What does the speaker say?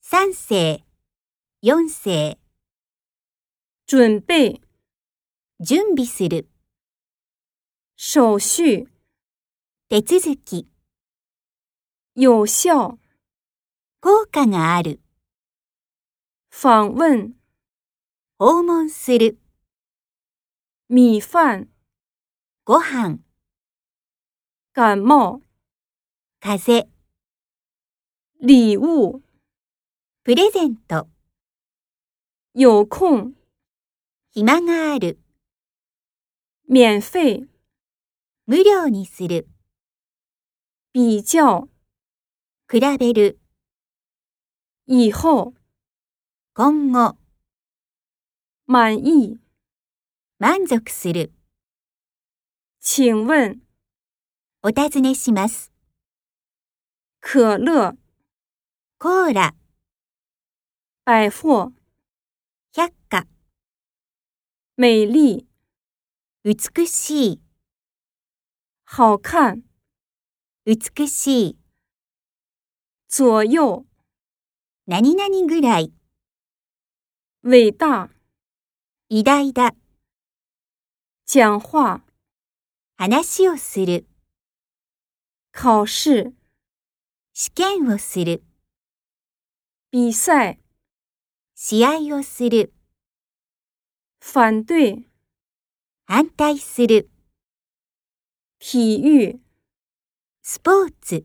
三世、四世、准备、準備する、手续、手続き、有效、効果がある、访问、訪問する、米饭、ご飯、感冒、風邪、礼物、プレゼント、有空、暇がある、免费、無料にする、比较、比べる、以后、今後、满意、満足する、请问、お尋ねします。可乐、コーラ、百货、百貨、美丽、美しい、好看、美しい、左右、何々ぐらい、伟大、偉大だ、讲话、話をする、考试、試験をする、比赛、試合をする、反对、反対する、体育。スポーツ。